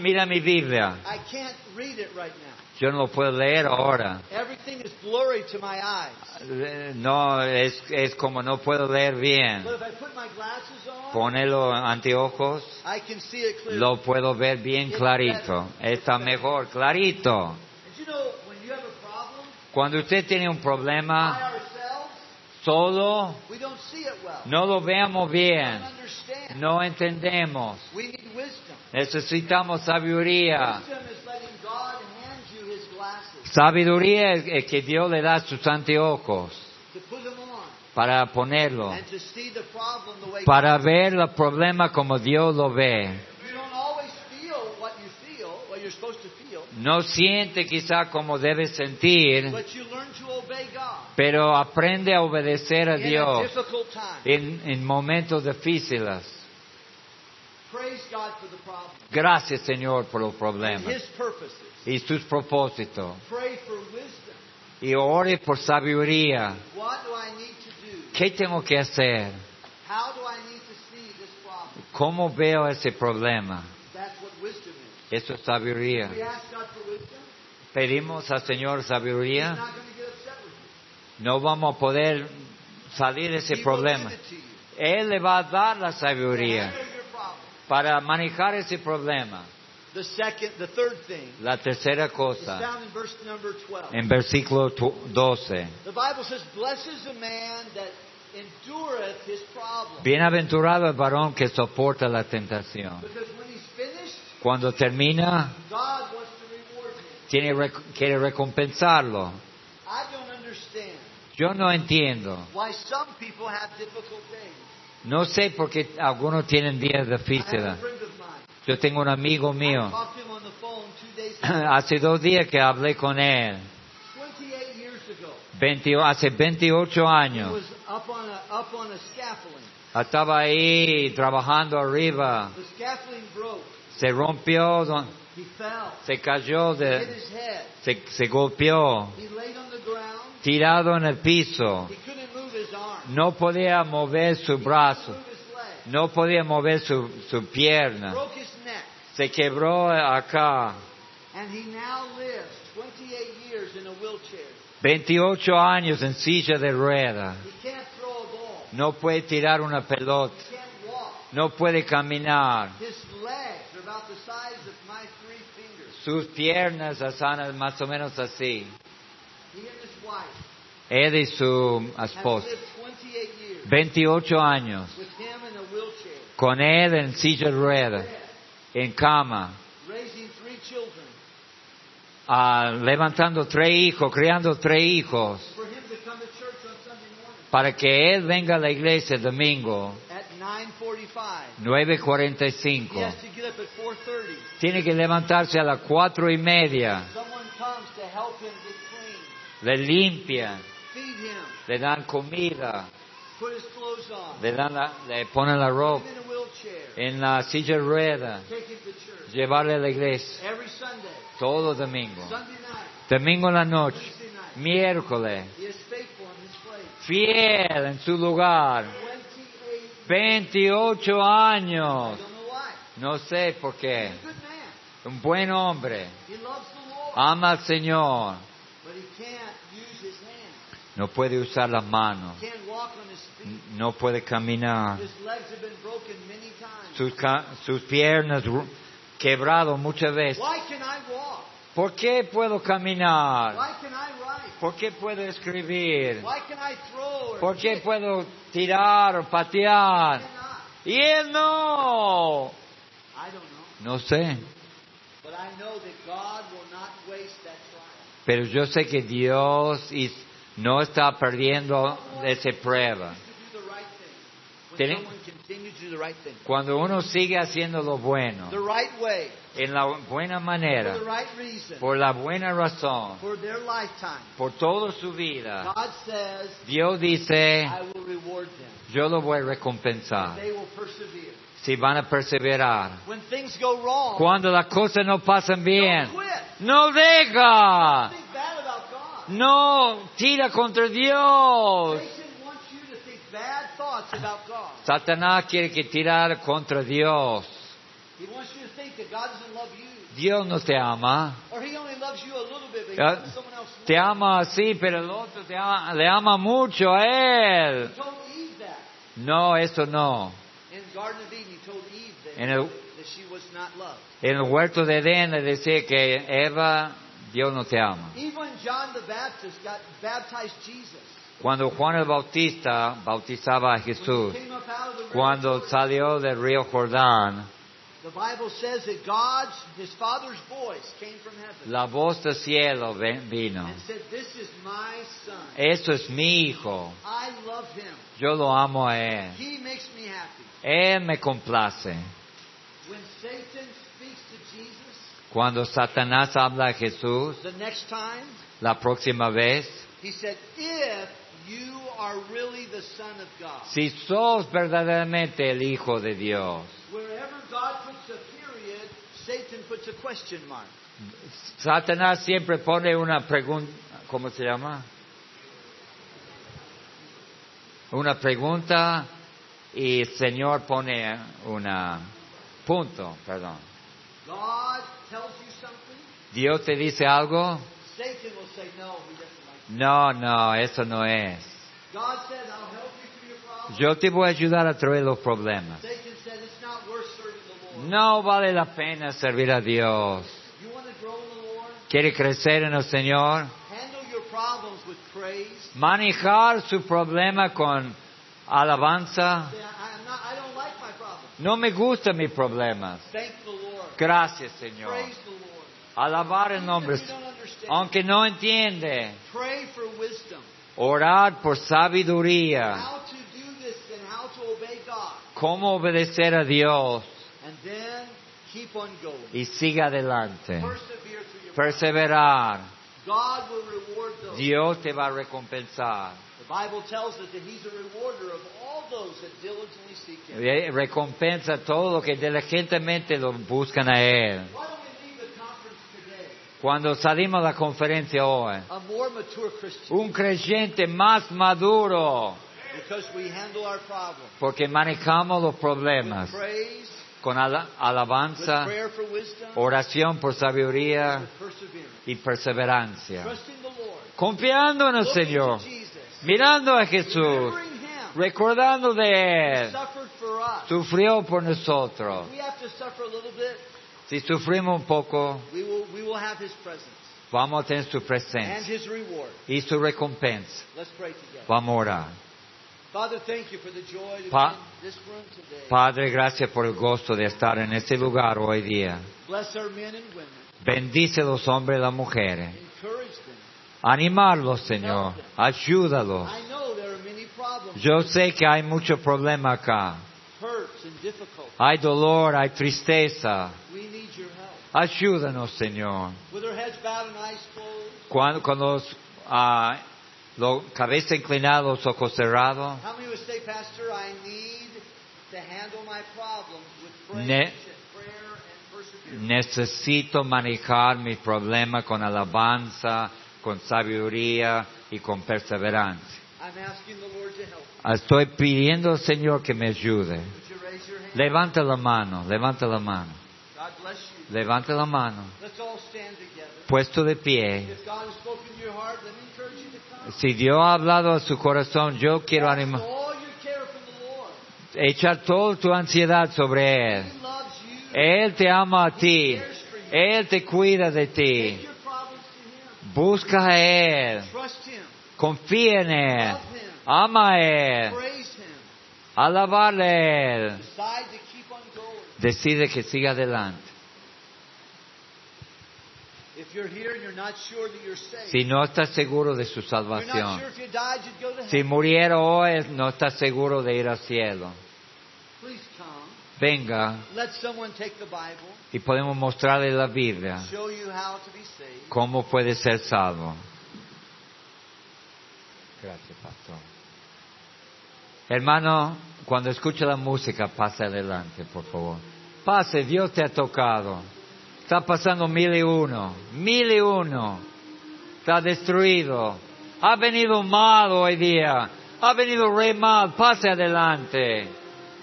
Speaker 2: mira mi Biblia,
Speaker 1: I can't read it right now.
Speaker 2: yo no lo puedo leer ahora.
Speaker 1: Everything is blurry to my eyes.
Speaker 2: Eh, No, es, es como no puedo leer bien.
Speaker 1: But if I put my glasses on,
Speaker 2: Pone los anteojos,
Speaker 1: I can see it clearly.
Speaker 2: lo puedo ver bien clarito. Está mejor, clarito.
Speaker 1: And you know, when you have a problem,
Speaker 2: Cuando usted tiene un
Speaker 1: by
Speaker 2: problema,
Speaker 1: ourselves,
Speaker 2: solo
Speaker 1: we don't see it well.
Speaker 2: no lo veamos
Speaker 1: We
Speaker 2: bien,
Speaker 1: don't understand.
Speaker 2: no entendemos.
Speaker 1: We need wisdom.
Speaker 2: Necesitamos sabiduría.
Speaker 1: Wisdom is letting God hand you his glasses
Speaker 2: Sabiduría es es que Dios le da sus anteojos
Speaker 1: to put them on
Speaker 2: para ponerlo,
Speaker 1: and to see the problem the way
Speaker 2: para ver el problema como Dios lo ve.
Speaker 1: you don't always you're supposed to feel,
Speaker 2: No siente quizá como debes sentir,
Speaker 1: but you learn to obey God
Speaker 2: pero aprende a obedecer a
Speaker 1: in a
Speaker 2: Dios
Speaker 1: difficult time.
Speaker 2: en, en momentos difíciles.
Speaker 1: Praise God for the problem.
Speaker 2: Gracias, Señor, por los
Speaker 1: and
Speaker 2: problemas
Speaker 1: His purposes.
Speaker 2: y sus propósitos.
Speaker 1: Pray for wisdom.
Speaker 2: Y ore por sabiduría.
Speaker 1: What do I need to do?
Speaker 2: ¿Qué tengo que hacer?
Speaker 1: How do I need to see this problem?
Speaker 2: ¿Cómo veo ese problema?
Speaker 1: That's what wisdom is.
Speaker 2: Eso es sabiduría.
Speaker 1: We ask God for wisdom,
Speaker 2: Pedimos al Señor
Speaker 1: He's
Speaker 2: sabiduría.
Speaker 1: not going to get upset with you.
Speaker 2: No vamos a poder salir de ese
Speaker 1: he
Speaker 2: problema.
Speaker 1: Will give it to you.
Speaker 2: Él le va a dar la
Speaker 1: to
Speaker 2: sabiduría
Speaker 1: handle your problem.
Speaker 2: para manejar ese problema.
Speaker 1: The second, the third thing
Speaker 2: La tercera
Speaker 1: is
Speaker 2: cosa,
Speaker 1: found in verse number 12.
Speaker 2: en versículo tu- 12.
Speaker 1: The Bible says, Blessed is the man that endureth his problem.
Speaker 2: Bienaventurado el varón que soporta la tentación.
Speaker 1: Because when he's finished,
Speaker 2: Cuando termina,
Speaker 1: God wants to reward him.
Speaker 2: tiene, rec- quiere recompensarlo.
Speaker 1: I don't understand
Speaker 2: Yo no entiendo.
Speaker 1: why some people have difficult days.
Speaker 2: No sé por qué algunos tienen días
Speaker 1: I have
Speaker 2: difíciles.
Speaker 1: a friend of mine.
Speaker 2: Yo tengo un amigo
Speaker 1: I
Speaker 2: mío. Ah.
Speaker 1: talked to him on the phone two days ago,
Speaker 2: Hace dos días que hablé con él.
Speaker 1: 28 years ago.
Speaker 2: 20 hace 28
Speaker 1: He
Speaker 2: años.
Speaker 1: was up on a, up on a scaffolding.
Speaker 2: Estaba ahí trabajando arriba.
Speaker 1: The scaffolding broke.
Speaker 2: Se rompió, don-
Speaker 1: He fell.
Speaker 2: se cayó,
Speaker 1: He hit
Speaker 2: de-
Speaker 1: his head.
Speaker 2: se, se golpeó.
Speaker 1: He laid on the ground.
Speaker 2: Tirado en el piso.
Speaker 1: He couldn't move his arm.
Speaker 2: No podía mover su brazo.
Speaker 1: Move his leg.
Speaker 2: No podía mover su, su pierna.
Speaker 1: Broke his neck.
Speaker 2: Se quebró acá.
Speaker 1: And he now lives 28 years in a wheelchair.
Speaker 2: 28 años en silla de ruedas.
Speaker 1: He can't throw a ball.
Speaker 2: No puede tirar una pelota.
Speaker 1: He can't walk.
Speaker 2: No puede caminar.
Speaker 1: His legs are about the size of my three fingers.
Speaker 2: Sus piernas están más o menos así.
Speaker 1: He and his wife
Speaker 2: Él y su
Speaker 1: have
Speaker 2: esposa.
Speaker 1: lived 28 years
Speaker 2: 28 años.
Speaker 1: with him in a wheelchair.
Speaker 2: Con él en silla de ruedas.
Speaker 1: Dead.
Speaker 2: En cama.
Speaker 1: Raising three children.
Speaker 2: ah, levantando tres hijos. Criando tres hijos.
Speaker 1: For him to come to church on Sunday morning
Speaker 2: Para que él venga a la iglesia el domingo.
Speaker 1: at 9.45. He has
Speaker 2: 9.45.
Speaker 1: to get up at 4.30.
Speaker 2: Tiene que levantarse a las cuatro y media.
Speaker 1: Someone comes to help him get clean.
Speaker 2: Le limpian.
Speaker 1: Feed him.
Speaker 2: Le dan comida.
Speaker 1: Put his clothes on.
Speaker 2: Le, dan la- le ponen la
Speaker 1: Put
Speaker 2: ropa.
Speaker 1: him in a wheelchair.
Speaker 2: En la silla de ruedas.
Speaker 1: Take him to church.
Speaker 2: Llevarle a la iglesia.
Speaker 1: Every Sunday.
Speaker 2: Todo domingo.
Speaker 1: Sunday night.
Speaker 2: Domingo en la noche.
Speaker 1: Wednesday night.
Speaker 2: Miércoles.
Speaker 1: He is faithful in his place.
Speaker 2: Fiel en su lugar.
Speaker 1: 28.
Speaker 2: 28
Speaker 1: I don't
Speaker 2: años.
Speaker 1: know why.
Speaker 2: No sé por
Speaker 1: He's
Speaker 2: qué.
Speaker 1: a good man.
Speaker 2: Un buen hombre.
Speaker 1: He loves the Lord.
Speaker 2: Ama al Señor.
Speaker 1: but he can't use his hands.
Speaker 2: No puede usar las manos.
Speaker 1: He can't walk on his feet.
Speaker 2: No puede caminar.
Speaker 1: His legs have been broken many times.
Speaker 2: Sus, ca- sus piernas ru- quebrado muchas veces.
Speaker 1: Why can I walk?
Speaker 2: ¿Por qué puedo caminar?
Speaker 1: Why can I write?
Speaker 2: ¿Por qué puedo escribir?
Speaker 1: Why can I throw? Or
Speaker 2: ¿Por qué
Speaker 1: kick?
Speaker 2: puedo tirar o
Speaker 1: I
Speaker 2: patear?
Speaker 1: cannot.
Speaker 2: Y él no.
Speaker 1: I don't know.
Speaker 2: No sé.
Speaker 1: But I know that God will not waste that trial.
Speaker 2: Pero yo sé que Dios is- no está perdiendo esa Ah, prueba.
Speaker 1: To do the right thing. When
Speaker 2: Tiene-
Speaker 1: someone continues to do the right thing.
Speaker 2: Cuando uno sigue haciendo lo bueno,
Speaker 1: The right way.
Speaker 2: en la buena
Speaker 1: For
Speaker 2: manera,
Speaker 1: the right reason.
Speaker 2: por la buena razón,
Speaker 1: For their lifetime.
Speaker 2: por toda su vida,
Speaker 1: God says,
Speaker 2: Dios dice,
Speaker 1: I will reward them.
Speaker 2: yo lo voy a recompensar.
Speaker 1: They will persevere.
Speaker 2: Si van a perseverar.
Speaker 1: When things go wrong,
Speaker 2: Cuando las cosas no pasan bien,
Speaker 1: don't quit.
Speaker 2: no deja,
Speaker 1: Think bad about God.
Speaker 2: no tira contra Dios.
Speaker 1: Satan wants you to think bad thoughts about God.
Speaker 2: Satanás quiere que tirar contra Dios.
Speaker 1: He wants you to think that God doesn't love you,
Speaker 2: Dios no te ama.
Speaker 1: or He only loves you a little bit, but He
Speaker 2: Yeah.
Speaker 1: loves someone else more.
Speaker 2: Te ama así, pero el otro te ama- le ama mucho a él.
Speaker 1: He told Eve that
Speaker 2: No, eso no.
Speaker 1: in the Garden of Eden. He told Eve that,
Speaker 2: En el,
Speaker 1: that she was not loved.
Speaker 2: en el huerto de Edén le decía que Eva, Dios no te ama.
Speaker 1: Even when John the Baptist got baptized Jesus,
Speaker 2: Cuando Juan el Bautista bautizaba a
Speaker 1: when
Speaker 2: Jesús,
Speaker 1: he came up out of the river,
Speaker 2: cuando salió del río Jordán,
Speaker 1: the Bible says that God's His Father's voice came from heaven
Speaker 2: la voz del cielo ven- vino.
Speaker 1: and said, "This is my son.
Speaker 2: Eso es mi hijo.
Speaker 1: I love him.
Speaker 2: Yo lo amo a él.
Speaker 1: He makes me happy."
Speaker 2: Él me complace.
Speaker 1: When Satan speaks to Jesus,
Speaker 2: Cuando Satanás habla a Jesús,
Speaker 1: The next time,
Speaker 2: la próxima vez,
Speaker 1: he said, If you are really the Son of God,
Speaker 2: si sos verdaderamente el Hijo de Dios,
Speaker 1: wherever God puts a period, Satan puts a question mark.
Speaker 2: Satanás siempre pone una pregunta, ¿cómo se llama? Una pregunta y el Señor pone una punto, perdón.
Speaker 1: God tells you something,
Speaker 2: Dios te dice algo,
Speaker 1: Satan will say, No, he doesn't like
Speaker 2: no, no, eso no es.
Speaker 1: it. God says, I'll help you through your problem.
Speaker 2: Yo te voy a ayudar a traer los problemas.
Speaker 1: Satan said, It's not worth serving the Lord.
Speaker 2: No vale la pena servir a Dios.
Speaker 1: You want to grow in the Lord?
Speaker 2: Quiere crecer en el Señor,
Speaker 1: Handle your problems with praise.
Speaker 2: manejar su problema con alabanza.
Speaker 1: Say, I, I'm not, I don't like my problems.
Speaker 2: No me gustan mis problemas.
Speaker 1: Thank the Lord.
Speaker 2: Gracias, Señor.
Speaker 1: Praise the Lord.
Speaker 2: Alabar el nombre.
Speaker 1: Even if you don't understand,
Speaker 2: Aunque no entiende,
Speaker 1: pray for wisdom.
Speaker 2: orar por sabiduría,
Speaker 1: How to do this and how to obey God.
Speaker 2: cómo obedecer a Dios
Speaker 1: And then keep on going.
Speaker 2: y siga adelante.
Speaker 1: Persevere through your problem.
Speaker 2: Perseverar.
Speaker 1: God will reward those.
Speaker 2: Dios te va a recompensar.
Speaker 1: The Bible tells us that He's a rewarder of all those that diligently seek Him.
Speaker 2: Eh, Recompensa todo lo que diligentemente lo buscan a Él.
Speaker 1: Why don't we leave the conference today
Speaker 2: Cuando salimos a la conferencia hoy,
Speaker 1: a more mature Christian?
Speaker 2: un creyente más maduro,
Speaker 1: Because we handle our problems.
Speaker 2: porque manejamos los problemas
Speaker 1: With praise,
Speaker 2: con ala-
Speaker 1: with
Speaker 2: alabanza,
Speaker 1: prayer for wisdom,
Speaker 2: oración por sabiduría.
Speaker 1: with perseverance.
Speaker 2: y perseverancia.
Speaker 1: Trusting the Lord.
Speaker 2: Confiando en el
Speaker 1: Looking
Speaker 2: Señor,
Speaker 1: to Jesus.
Speaker 2: mirando a Jesús,
Speaker 1: Remembering Him.
Speaker 2: recordando de
Speaker 1: He
Speaker 2: Él,
Speaker 1: suffered for us.
Speaker 2: sufrió por nosotros.
Speaker 1: If we have to suffer a little bit,
Speaker 2: Si sufrimos un poco,
Speaker 1: we will, we will have His presence
Speaker 2: vamos a tener su
Speaker 1: and
Speaker 2: presencia
Speaker 1: His reward.
Speaker 2: y su recompensa.
Speaker 1: Let's pray together.
Speaker 2: Vamos a orar.
Speaker 1: Father, thank you for the joy that's
Speaker 2: Pa-
Speaker 1: in this room today.
Speaker 2: Padre, gracias por el gusto de estar en este lugar hoy día.
Speaker 1: Bless our men and women.
Speaker 2: Bendice a los hombres y las mujeres.
Speaker 1: Encourage them.
Speaker 2: Animarlos, Señor. Ayúdalos.
Speaker 1: I know there are many problems,
Speaker 2: Oh. Yo sé que hay muchos problemas acá.
Speaker 1: hurts, and difficulties.
Speaker 2: Hay dolor, hay tristeza.
Speaker 1: We need your help.
Speaker 2: Ayúdanos, Señor.
Speaker 1: With our heads bowed and eyes closed,
Speaker 2: Cuando, con los, ah, lo- cabeza inclinada, los ojos cerrados,
Speaker 1: how many would say, Pastor, I need to handle my problems with praise
Speaker 2: Ne-
Speaker 1: and prayer and perseverance?
Speaker 2: necesito manejar mis problemas con alabanza, con sabiduría y con perseverancia.
Speaker 1: I'm asking the Lord to help.
Speaker 2: Estoy pidiendo al Señor que me ayude.
Speaker 1: Would you raise your hand?
Speaker 2: Levanta la mano, levanta la mano,
Speaker 1: God bless you.
Speaker 2: levanta la mano.
Speaker 1: Let's all stand together.
Speaker 2: Puesto de pie.
Speaker 1: If God has spoken to your heart, let me encourage you to come.
Speaker 2: Si Dios ha hablado a su corazón, yo quiero animar.
Speaker 1: Cast all your care from the Lord.
Speaker 2: Echar toda tu ansiedad sobre Él.
Speaker 1: He loves you.
Speaker 2: Él te ama a ti. Él te cuida de
Speaker 1: Take
Speaker 2: ti.
Speaker 1: your problems to
Speaker 2: Busca a Él.
Speaker 1: Him. Trust Him.
Speaker 2: Confía en Él.
Speaker 1: Love Him.
Speaker 2: Ama a Él.
Speaker 1: Praise Him.
Speaker 2: Alabarle a Él.
Speaker 1: Decide to keep on going.
Speaker 2: Decide que siga adelante.
Speaker 1: If you're here and you're not sure that you're saved,
Speaker 2: Si no estás seguro de su
Speaker 1: you're not sure
Speaker 2: salvación.
Speaker 1: if you died, you'd go to
Speaker 2: Si
Speaker 1: heaven.
Speaker 2: muriera hoy, no estás seguro de ir al cielo.
Speaker 1: Please come.
Speaker 2: Venga
Speaker 1: Let someone take the Bible,
Speaker 2: y podemos mostrarle la Biblia.
Speaker 1: show you how to be saved.
Speaker 2: ¿Cómo puede ser salvo? Gracias, pastor. Hermano, cuando escucha la música, pase adelante, por favor. Pase, Dios te ha tocado. Está pasando mil y uno, mil y uno. Está destruido. Ha venido mal hoy día. Ha venido re mal. Pase adelante.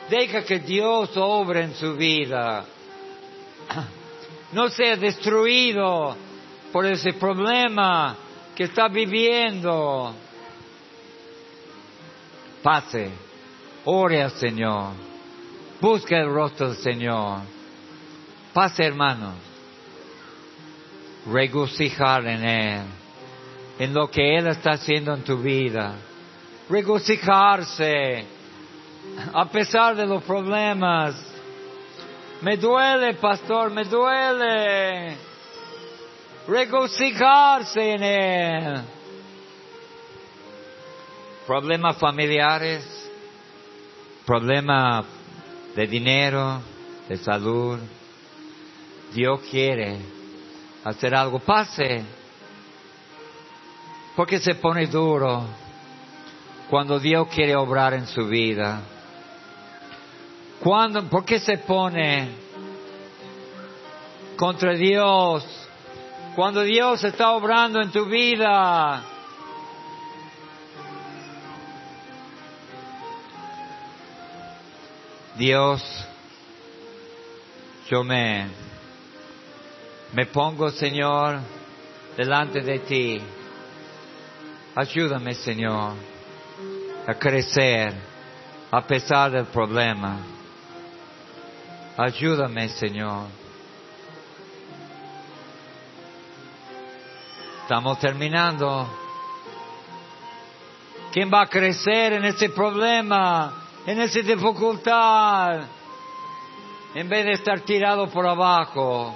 Speaker 2: Deja que Dios obre en su vida no sea destruido por ese problema que está viviendo. Pase, ore al Señor, busca el rostro del Señor. Pase, hermanos, regocijar en Él, en lo que Él está haciendo en tu vida. Regocijarse, a pesar de los problemas, me duele, pastor, me duele. Regocijarse en Él. Problemas familiares, problemas de dinero, de salud. Dios quiere hacer algo, pase. Porque se pone duro cuando Dios quiere obrar en su vida. Cuando, ¿Por qué se pone contra Dios? Cuando Dios está obrando en tu vida. Dios, yo me, me pongo, Señor, delante de ti. Ayúdame, Señor, a crecer a pesar del problema. Ayúdame, Señor. Estamos terminando. ¿Quién va a crecer en ese problema? en esa dificultad, en vez de estar tirado por abajo.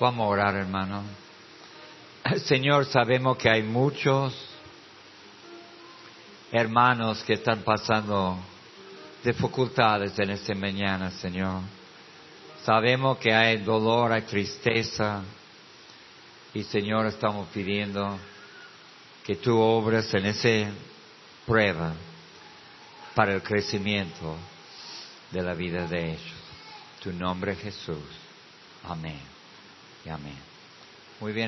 Speaker 2: Vamos a orar, hermano. Señor, sabemos que hay muchos hermanos que están pasando dificultades en esta mañana, Señor. Sabemos que hay dolor, hay tristeza, y Señor, estamos pidiendo que tú obres en esa prueba para el crecimiento de la vida de ellos. Tu nombre es Jesús. Amén. Y amén. Muy bien.